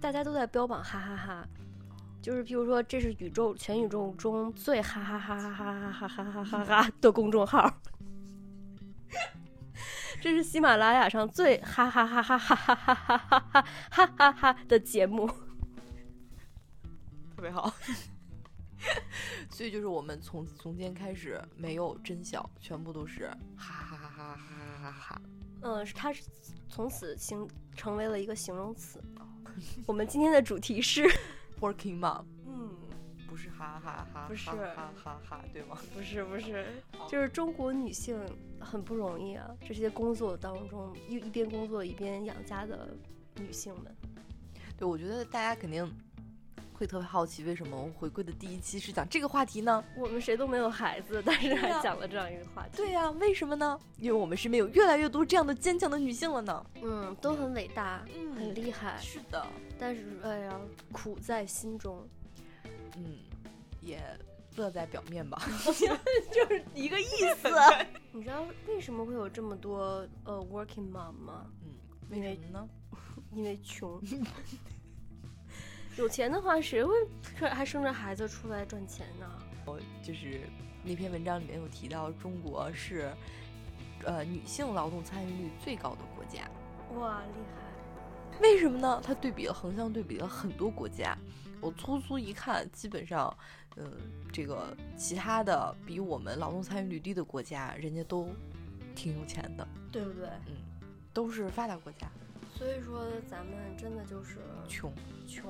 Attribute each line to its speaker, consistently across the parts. Speaker 1: 大家都在标榜哈哈哈就是譬如说这是宇宙全宇宙中最哈哈哈哈哈哈哈哈哈哈哈的公众号，这是喜马拉雅上最哈哈哈哈哈哈哈哈哈哈哈哈哈的节目。
Speaker 2: 特别好。 所以就是我们从从今天开始没有真小，全部都是哈哈哈哈哈哈哈哈。
Speaker 1: 嗯，是它是从此形成为了一个形容词。我们今天的主题是，
Speaker 2: Working mom
Speaker 1: 嗯，
Speaker 2: 不是哈哈哈，
Speaker 1: 不是
Speaker 2: 哈哈哈哈，对吗？
Speaker 1: 不是不是，就是中国女性很不容易啊，这些工作当中一一边工作一边养家的女性们，
Speaker 2: 对，我觉得大家肯定会特别好奇，为什么回归的第一期是讲这个话题呢？
Speaker 1: 我们谁都没有孩子，但是还
Speaker 2: 对啊
Speaker 1: 讲了这样一个话题，
Speaker 2: 对呀、为什么呢？因为我们身边有越来越多这样的坚强的女性了呢。
Speaker 1: 嗯，都很伟大，
Speaker 2: 嗯
Speaker 1: 很厉害，
Speaker 2: 是的，
Speaker 1: 但是哎呀，苦在心中，
Speaker 2: 嗯，也乐在表面吧。
Speaker 1: 就是一个意思。你知道为什么会有这么多呃 working mom 吗？
Speaker 2: 嗯，
Speaker 1: 因为
Speaker 2: 为什么呢？
Speaker 1: 因为 穷。有钱的话，谁会还生着孩子出来赚钱呢？
Speaker 2: 就是那篇文章里面有提到，中国是呃女性劳动参与率最高的国家。
Speaker 1: 哇，厉害！
Speaker 2: 为什么呢？它对比了横向对比了很多国家，我粗粗一看，基本上，嗯，这个其他的比我们劳动参与率低的国家，人家都挺有钱的，
Speaker 1: 对不对？
Speaker 2: 都是发达国家，
Speaker 1: 所以说，咱们真的就是
Speaker 2: 穷。
Speaker 1: 穷，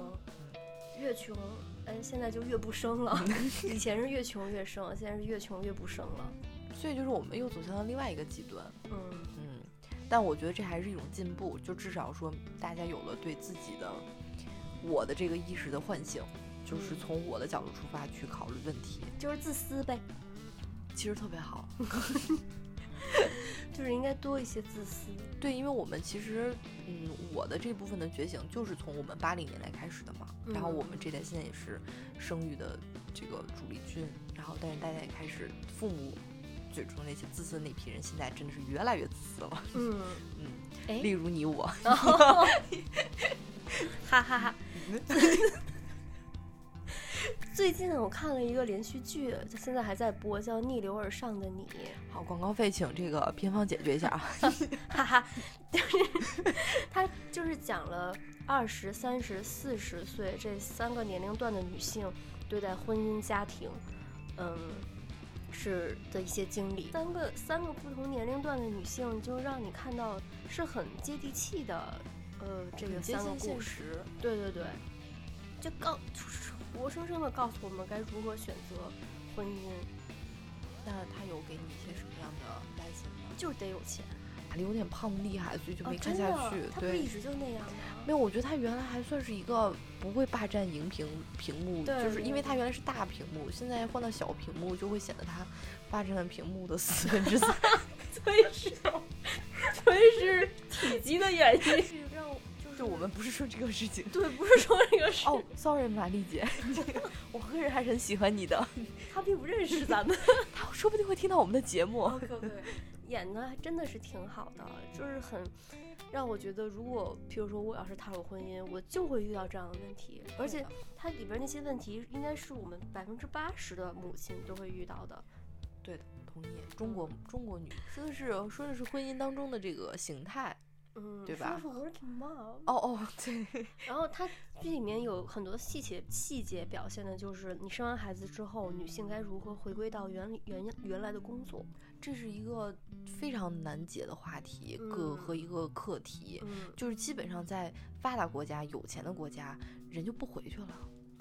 Speaker 1: 越穷，哎，现在就越不生 了。以前是越穷越生，现在是越穷越不生了。
Speaker 2: 所以就是我们又走向了另外一个极端，
Speaker 1: 嗯，
Speaker 2: 嗯，但我觉得这还是一种进步，就至少说大家有了对自己的我的这个意识的唤醒，就是
Speaker 1: 嗯
Speaker 2: 从我的角度出发去考虑问题，
Speaker 1: 就是自私呗，
Speaker 2: 其实特别好。
Speaker 1: 就是应该多一些自私。
Speaker 2: 对，因为我们其实，嗯，我的这部分的觉醒就是从我们八零年代开始的嘛，然后我
Speaker 1: 嗯
Speaker 2: 们这代现在也是生育的这个主力军，然后但是大家也开始，父母嘴中那些自私的那批人，现在真的是越来越自私了，
Speaker 1: 嗯，
Speaker 2: 嗯，
Speaker 1: 哎
Speaker 2: 例如你我，
Speaker 1: 哈哈哈。最近我看了一个连续剧，就现在还在播，叫《逆流而上的你
Speaker 2: 好，广告费请这个片方解决一下啊，》，
Speaker 1: 哈哈，就是它就是讲了二十三十四十岁这三个年龄段的女性对待婚姻家庭，嗯。是的一些经历，三个三个不同年龄段的女性，就让你看到是很接地气的，呃，这个
Speaker 2: 很接
Speaker 1: 三个
Speaker 2: 近现
Speaker 1: 故事。
Speaker 2: 实，
Speaker 1: 对对对，就告活生生的告诉我们该如何选择婚姻，
Speaker 2: 那他有给你一些什么样的 lesson 呢？
Speaker 1: 就是得有钱。
Speaker 2: 马丽有点胖的厉害，所以就
Speaker 1: 啊
Speaker 2: 没看
Speaker 1: 真
Speaker 2: 下
Speaker 1: 的
Speaker 2: 去，
Speaker 1: 他不是
Speaker 2: 对
Speaker 1: 一。直就那样吗？
Speaker 2: 没有，我觉得他原来还算是一个不会霸占荧屏屏幕，
Speaker 1: 对
Speaker 2: 就是因
Speaker 1: 对
Speaker 2: 为他原来是大屏幕，现在换到小屏幕就会显得他霸占了屏幕的四分之三。
Speaker 1: 所以是，所以是体积的原因，是让就是。
Speaker 2: 就我们不是说这个事情
Speaker 1: 对，不是说这个事，
Speaker 2: 哦、s o r r y 玛丽姐，我个人还是很喜欢你的，
Speaker 1: 他并不认识 咱们。
Speaker 2: 他说不定会听到我们的节目。
Speaker 1: OK OK，演的还真的是挺好的，就是很让我觉得，如果譬如说我要是踏入婚姻，我就会遇到这样的问题，而且它里边那些问题应该是我们百分之八十的母亲都会遇到的。
Speaker 2: 同意，中国中国女说的是说的是婚姻当中的这个形态。
Speaker 1: 嗯，
Speaker 2: 对吧
Speaker 1: 说的是 working mom，、
Speaker 2: 哦哦，对，
Speaker 1: 然后它这里面有很多细节细节表现的就是你生完孩子之后，女性该如何回归到原里原原来的工作。
Speaker 2: 这是一个非常难解的话题，
Speaker 1: 嗯
Speaker 2: 个和一个课题。
Speaker 1: 嗯，
Speaker 2: 就是基本上在发达国家、有钱的国家，人就不回去了。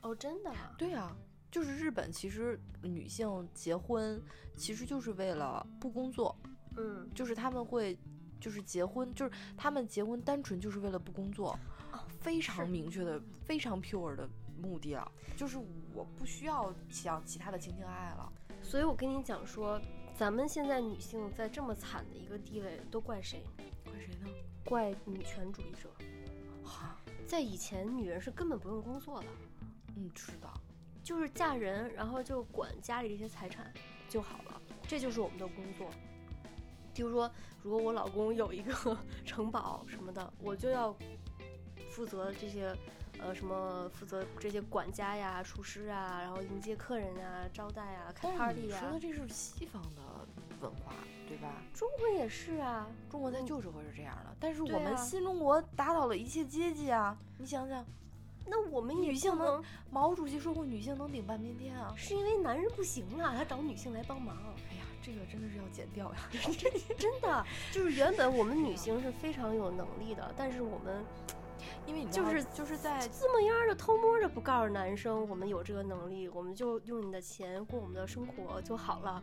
Speaker 1: 哦，真的啊，
Speaker 2: 对啊，就是日本，其实女性结婚其实就是为了不工作，
Speaker 1: 嗯，
Speaker 2: 就是他们会。就是结婚，就是他们结婚单纯就是为了不工作，
Speaker 1: 哦
Speaker 2: 非
Speaker 1: 是
Speaker 2: 常明确的、非常 pure 的目的了。就是我不需要想其他的情情爱爱了。
Speaker 1: 所以我跟你讲说，咱们现在女性在这么惨的一个地位，都怪谁？
Speaker 2: 怪谁呢？
Speaker 1: 怪女权主义者。
Speaker 2: 啊
Speaker 1: 在以前，女人是根本不用工作的，
Speaker 2: 嗯，是的，
Speaker 1: 就是嫁人，然后就管家里这些财产就好了，这就是我们的工作。比如说，如果我 老公有一个城堡什么的，我就要负责这些呃，什么负责这些管家呀、厨师啊，然后迎接客人啊、招待啊、开
Speaker 2: 但是
Speaker 1: party
Speaker 2: 你说的
Speaker 1: 啊，
Speaker 2: 这是西方的文化，对吧？
Speaker 1: 中国也是啊，
Speaker 2: 中国它
Speaker 1: 嗯
Speaker 2: 就是会是这样的，但是
Speaker 1: 对
Speaker 2: 我们
Speaker 1: 啊
Speaker 2: 新中国打倒了一切阶级啊！你想想，
Speaker 1: 那我们也
Speaker 2: 女
Speaker 1: 不
Speaker 2: 性能
Speaker 1: 能
Speaker 2: 毛主席说过女性能顶半边天啊！
Speaker 1: 是因为男人不行啊了，他找女性来帮忙。
Speaker 2: 哎呀，这个真的是要剪掉呀！
Speaker 1: 真的，就是原本我们女性是非常有能力的，但是我们
Speaker 2: 因为你知
Speaker 1: 就
Speaker 2: 道
Speaker 1: 是
Speaker 2: 就是在
Speaker 1: 这么样的偷摸着不告诉男生我们有这个能力，我们就用你的钱过我们的生活就好了。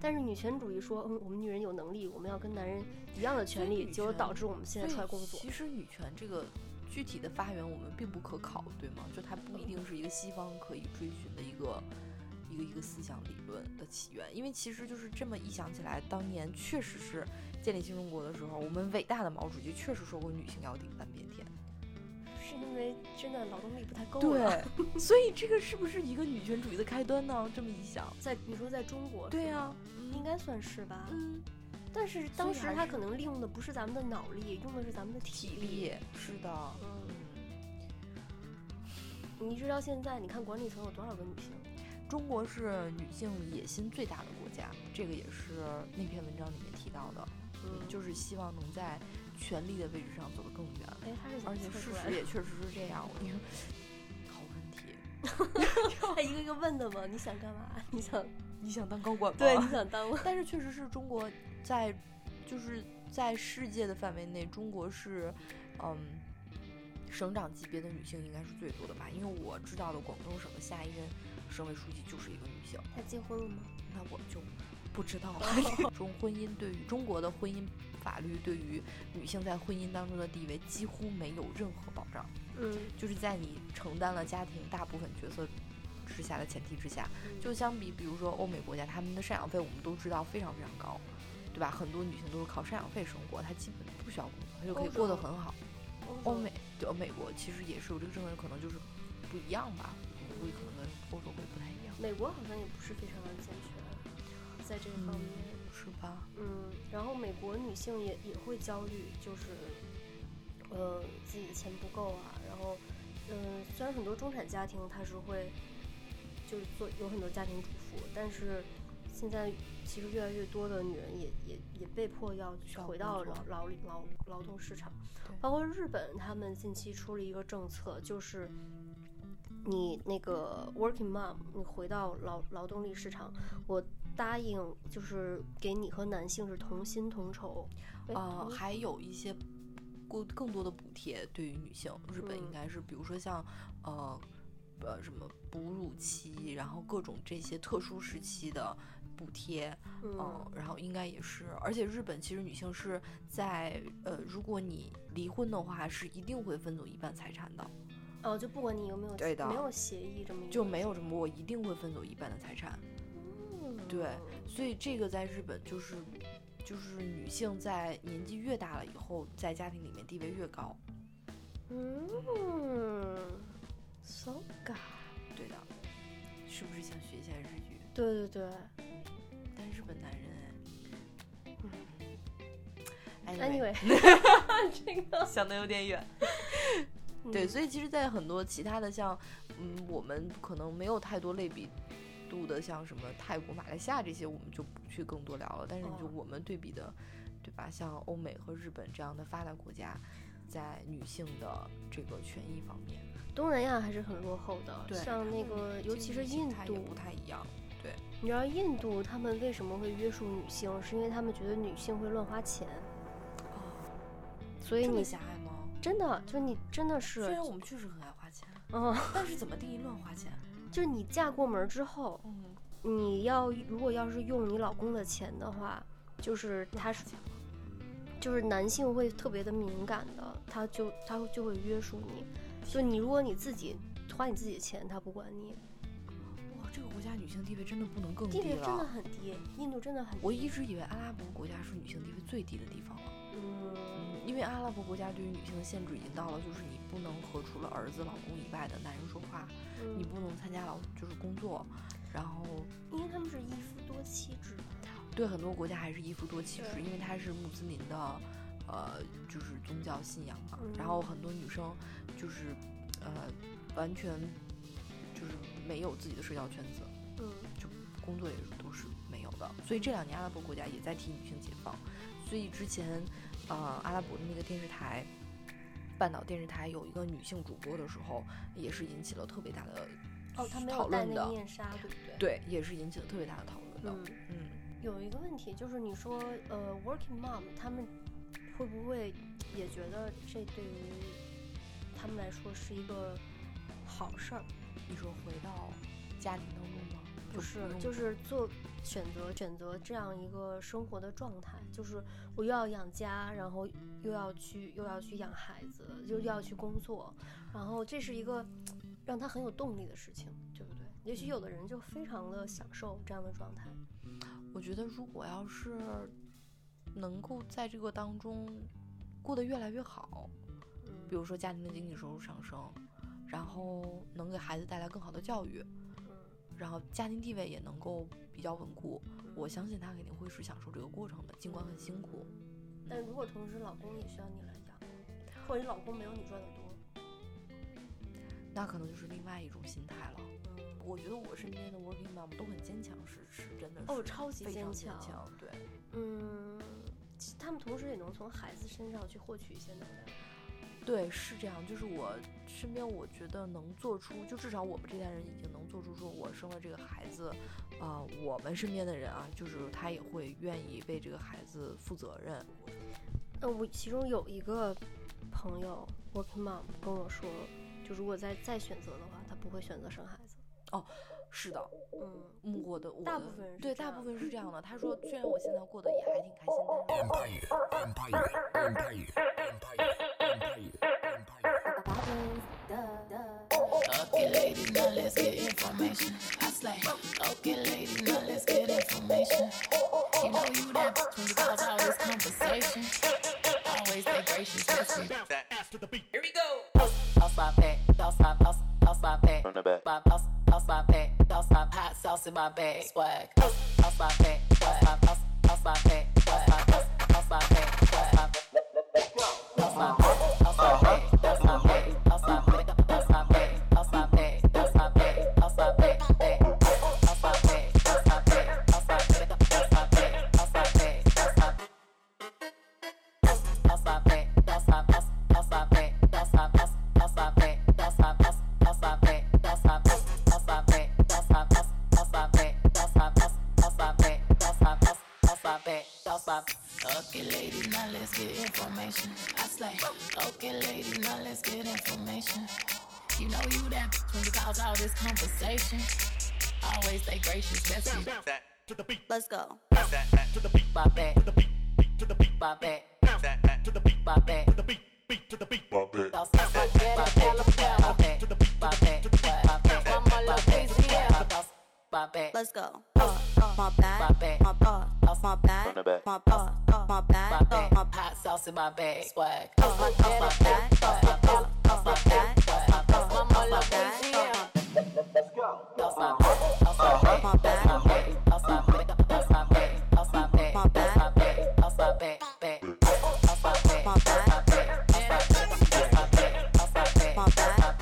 Speaker 1: 但是女权主义说，嗯，我们女人有能力，我们要跟男人一样的权
Speaker 2: 所以
Speaker 1: 利，
Speaker 2: 女
Speaker 1: 结果
Speaker 2: 权
Speaker 1: 导致我们现在出来
Speaker 2: 所以
Speaker 1: 工作。
Speaker 2: 其实女权这个具体的发源我们并不可考，对吗？就它不一定是一个西方可以追寻的一个一个一个思想理论的起源，因为其实就是这么一想起来，当年确实是建立新中国的时候，我们伟大的毛主席确实说过女性要顶半边天。
Speaker 1: 是因为真的劳动力不太够啊了。
Speaker 2: 对， 所以这个是不是一个女权主义的开端呢？这么一想，
Speaker 1: 在你说在中国，
Speaker 2: 对呀、嗯
Speaker 1: 应该算是吧。
Speaker 2: 嗯，
Speaker 1: 但是当
Speaker 2: 所以
Speaker 1: 时
Speaker 2: 还
Speaker 1: 他
Speaker 2: 是
Speaker 1: 可能利用的不是咱们的脑力，用的是咱们的体
Speaker 2: 体力是的，
Speaker 1: 嗯，
Speaker 2: 嗯，
Speaker 1: 你一直到现在，你看管理层有多少个女性？
Speaker 2: 中国是女性野心最大的国家，这个也是那篇文章里面提到的，
Speaker 1: 嗯，
Speaker 2: 就是希望能在权力的位置上走得更远，
Speaker 1: 哎，他是怎
Speaker 2: 而
Speaker 1: 么
Speaker 2: 且
Speaker 1: 测
Speaker 2: 事
Speaker 1: 出来
Speaker 2: 实
Speaker 1: 的？
Speaker 2: 也嗯确实是这样。我跟你说，好问题，
Speaker 1: 他 一个一个问的嘛，你想干嘛？你想
Speaker 2: 你想当高管吗？
Speaker 1: 对，你想当我？
Speaker 2: 但是确实是中国在，就是在世界的范围内，中国是，嗯，省长级别的女性应该是最多的吧？因为我知道的广东省的下一任省委书记就是一个女性，
Speaker 1: 他结婚了吗？
Speaker 2: 那我就不知道了。 中婚姻对于中国的婚姻法律对于女性在婚姻当中的地位几乎没有任何保障，
Speaker 1: 嗯，
Speaker 2: 就是在你承担了家庭大部分角色之下的前提之下，
Speaker 1: 嗯
Speaker 2: 就相比，比如说欧美国家，他们的赡养费我们都知道非常非常高，对吧？很多女性都是靠赡养费生活，她基本不需要工作，她就可以
Speaker 1: 欧洲
Speaker 2: 过得很好。欧
Speaker 1: 洲
Speaker 2: 美对美国其实也是有这个政策，可能就是不一样吧，我估计可能跟欧洲会不太一样，
Speaker 1: 美国好像也不是非常的健全，在这个方面，
Speaker 2: 是吧？
Speaker 1: 嗯，然后美国女性也也会焦虑，就是呃自己的钱不够啊，然后嗯、呃虽然很多中产家庭他是会就是做有很多家庭主妇，但是。现在其实越来越多的女人也也也被迫要去
Speaker 2: 找
Speaker 1: 回
Speaker 2: 工
Speaker 1: 到
Speaker 2: 作
Speaker 1: 劳劳力劳劳动市场
Speaker 2: 对，
Speaker 1: 包括日本，他们近期出了一个政策，就是你那个 working mom，你回到劳劳动力市场，我答应就是给你和男性是同薪同酬，哎
Speaker 2: 呃，
Speaker 1: 同
Speaker 2: 还有一些过更多的补贴对于女性，日本应
Speaker 1: 嗯
Speaker 2: 该是，比如说像呃呃什么哺乳期，然后各种这些特殊时期的补贴，
Speaker 1: 嗯
Speaker 2: 嗯，然后应该也是，而且日本其实女性是在呃，如果你离婚的话，是一定会分走一半财产的，
Speaker 1: 哦，就不管你有没有
Speaker 2: 对的
Speaker 1: 没有协议这么一个
Speaker 2: 就没有什么我一定会分走一半的财产，对所以这个在日本就是就是女性在年纪越大了以后，在家庭里面地位越高，
Speaker 1: 嗯，so ga，
Speaker 2: 对的，是不是想学一下日语？
Speaker 1: 对对对，
Speaker 2: 但日本男人
Speaker 1: 嗯
Speaker 2: 哎，
Speaker 1: anyway，这 个
Speaker 2: 想的有点远。对，
Speaker 1: 嗯
Speaker 2: 所以其实，在很多其他的像，嗯，我们可能没有太多类比度的，像什么泰国、马来西亚这些，我们就不去更多聊了。但是，就
Speaker 1: 哦
Speaker 2: 我们对比的，对吧？像欧美和日本这样的发达国家，在女性的这个权益方面，
Speaker 1: 东南亚还是很落后的，
Speaker 2: 对
Speaker 1: 像那
Speaker 2: 他们
Speaker 1: 个尤其是
Speaker 2: 经济形
Speaker 1: 印
Speaker 2: 态也
Speaker 1: 度
Speaker 2: 不，太一样。
Speaker 1: 你知道印度他们为什么会约束女性，是因为他们觉得女性会乱花钱，
Speaker 2: 哦，
Speaker 1: 所以
Speaker 2: 这
Speaker 1: 你
Speaker 2: 么狭隘吗？
Speaker 1: 真的就你真的
Speaker 2: 虽
Speaker 1: 是
Speaker 2: 然，我们确实很爱花钱，
Speaker 1: 嗯，
Speaker 2: 但是怎么定义乱花钱？
Speaker 1: 就是你嫁过门儿之后，
Speaker 2: 嗯，
Speaker 1: 你要如果要是用你老公的钱的话，就是他是就是男性会特别的敏感的，他就他会就会约束你，就你如果你自己花你自己的钱，他不管你，
Speaker 2: 哇，这个国家女性地位真的不能更低
Speaker 1: 地
Speaker 2: 了。
Speaker 1: 位真的很低，印度真的很低，
Speaker 2: 我一直以为阿拉伯国家是女性地位最低的地方了。
Speaker 1: 嗯
Speaker 2: 嗯，因为阿拉伯国家对于女性的限制已经到了，就是你不能和除了儿子、老公以外的男人说话，
Speaker 1: 嗯
Speaker 2: 你不能参加劳就是工作，然后
Speaker 1: 因为他们是一夫多妻制，
Speaker 2: 对很多国家还是一夫多妻制，
Speaker 1: 对
Speaker 2: 因为它是穆斯林的，呃，就是宗教信仰嘛。
Speaker 1: 嗯
Speaker 2: 然后很多女生就是呃，完全就是没有自己的社交圈子，
Speaker 1: 嗯
Speaker 2: 工作也都是没有的。所以这两年阿拉伯国家也在提女性解放。所以之前，呃，阿拉伯的那个电视台，半岛电视台有一个女性主播的时候，也是引起了特别大的
Speaker 1: 哦，他没
Speaker 2: 讨
Speaker 1: 有戴
Speaker 2: 论
Speaker 1: 那
Speaker 2: 的
Speaker 1: 个面纱，对不对？
Speaker 2: 对，也是引起了特别大的讨论的。
Speaker 1: 嗯，
Speaker 2: 嗯
Speaker 1: 有一个问题就是你说呃，working mom 他们会不会也觉得这对于他们来说是一个好事儿？
Speaker 2: 你说回到家庭当中吗？
Speaker 1: 不是
Speaker 2: 用，
Speaker 1: 就是做选择选择这样一个生活的状态，就是我又要养家，然后又要去又要去养孩子，又要去工作，然后这是一个让他很有动力的事情，对不对？也许有的人就非常的享受这样的状态，
Speaker 2: 我觉得如果要是能够在这个当中过得越来越好，比
Speaker 1: 嗯，
Speaker 2: 如说家庭的经济收入上升，然后能给孩子带来更好的教育，然后家庭地位也能够比较稳固，我相信他肯定会是享受这个过程的，尽管很辛苦。
Speaker 1: 但如果同时老公也需要你来养，或者你老公没有你赚的多，
Speaker 2: 那可能就是另外一种心态了。
Speaker 1: 嗯，
Speaker 2: 我觉得我身边的 working mom 都很坚强，是是真的是
Speaker 1: 哦，超级
Speaker 2: 非常
Speaker 1: 坚
Speaker 2: 坚
Speaker 1: 强，
Speaker 2: 强，对。
Speaker 1: 嗯，其实他们同时也能从孩子身上去获取一些能量，
Speaker 2: 对，是这样。就是我身边，我觉得能做出，就至少我们这代人已经能做出，说我生了这个孩子，呃，我们身边的人啊，就是他也会愿意为这个孩子负责任。
Speaker 1: 那我其中有一个朋友，working mom 跟我说，就如果再再选择的话，她不会选择生孩子。
Speaker 2: 是的，
Speaker 1: 嗯，
Speaker 2: 嗯我的我
Speaker 1: 大
Speaker 2: 的
Speaker 1: 部分人是
Speaker 2: 对
Speaker 1: 这
Speaker 2: 大
Speaker 1: 样
Speaker 2: 部分是这样的。他说，虽然我现在过得也还挺开心，但是
Speaker 3: Empire, Empire, Empire, Empire, Empire, Empire.
Speaker 4: Okay, lady, now let's get information. I slay. Okay, lady, now let's get information. You know you that bitch when you cause all this conversation. Always stay gracious, trust me. Bounce my back, bounce my bounce, bounce my back. From the back. My bounce, bounce my back, bounce my hot sauce in my bag. Swag. Bounce bounce my back, bounce my bounce, bounce my back, bounce my bounce, bounce my back, bounce my back. Bounce my back, bounce my back, bounce my back, bounce my back, bounce my back, bounce my back, bounce my back, bounce my back, back. Bounce my back, bounce my back, bounce my back, bounce my back, bounce my back, bounce my back. Bounce my back, bounce my bounce, bounce my back, bounce my bounce, bounce my back, bounce my bounce, bounce my back, bounce my bounce, bounce my back, bounce my bounce, bounce my back, bounce my bounce, bounce my back, bounce my bounce, bounce my back, bounce my- Okay, lady, now let's get information. I slay. Okay, lady, now let's get information. You know you that bitch when you cause all this conversation. Always stay gracious, that's you.
Speaker 5: Let's go.
Speaker 4: My back. My back. My back. Bounce my back, my back, my back, my back, my back, my back, bounce my back.
Speaker 5: Let's go. My bad. My bad. My bad. My bad. My bad. My
Speaker 4: my
Speaker 5: bad.
Speaker 4: bag,
Speaker 5: My
Speaker 4: my pot sauce in my bag. Swag.
Speaker 5: bad. My bad.
Speaker 4: Bounce my bag, bounce my bag,
Speaker 5: My bad.
Speaker 4: bounce my bag, bounce my bag, bounce my bag, bounce my bag,
Speaker 5: My bad.
Speaker 4: bounce my bag, bounce my bag, bag. Bounce my bag,
Speaker 5: My bad.
Speaker 4: bounce my bag, bounce my bag.
Speaker 5: My bad.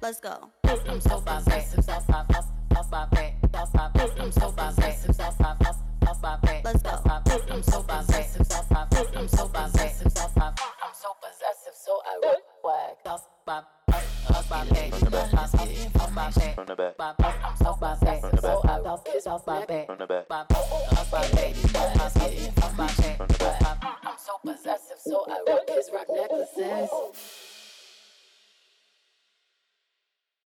Speaker 5: Let's go.
Speaker 4: I'm so possessive, bounce my bounce, bounce my bag, bounce my bag. I'm so possessive, bounce my bounce, bounce my bag,
Speaker 5: Let's go.
Speaker 4: bounce my bag. I'm so possessive, bounce my bounce, I'm so possessive, bounce my. I'm so possessive, so I rock wag, bounce my. Bounce my bag, bounce my bag, bounce my bag.
Speaker 6: From the back,
Speaker 4: My boss, I'm so my back, so I bounce, it's off my back.
Speaker 6: from the back,
Speaker 4: My boss, off my lady, boss, I get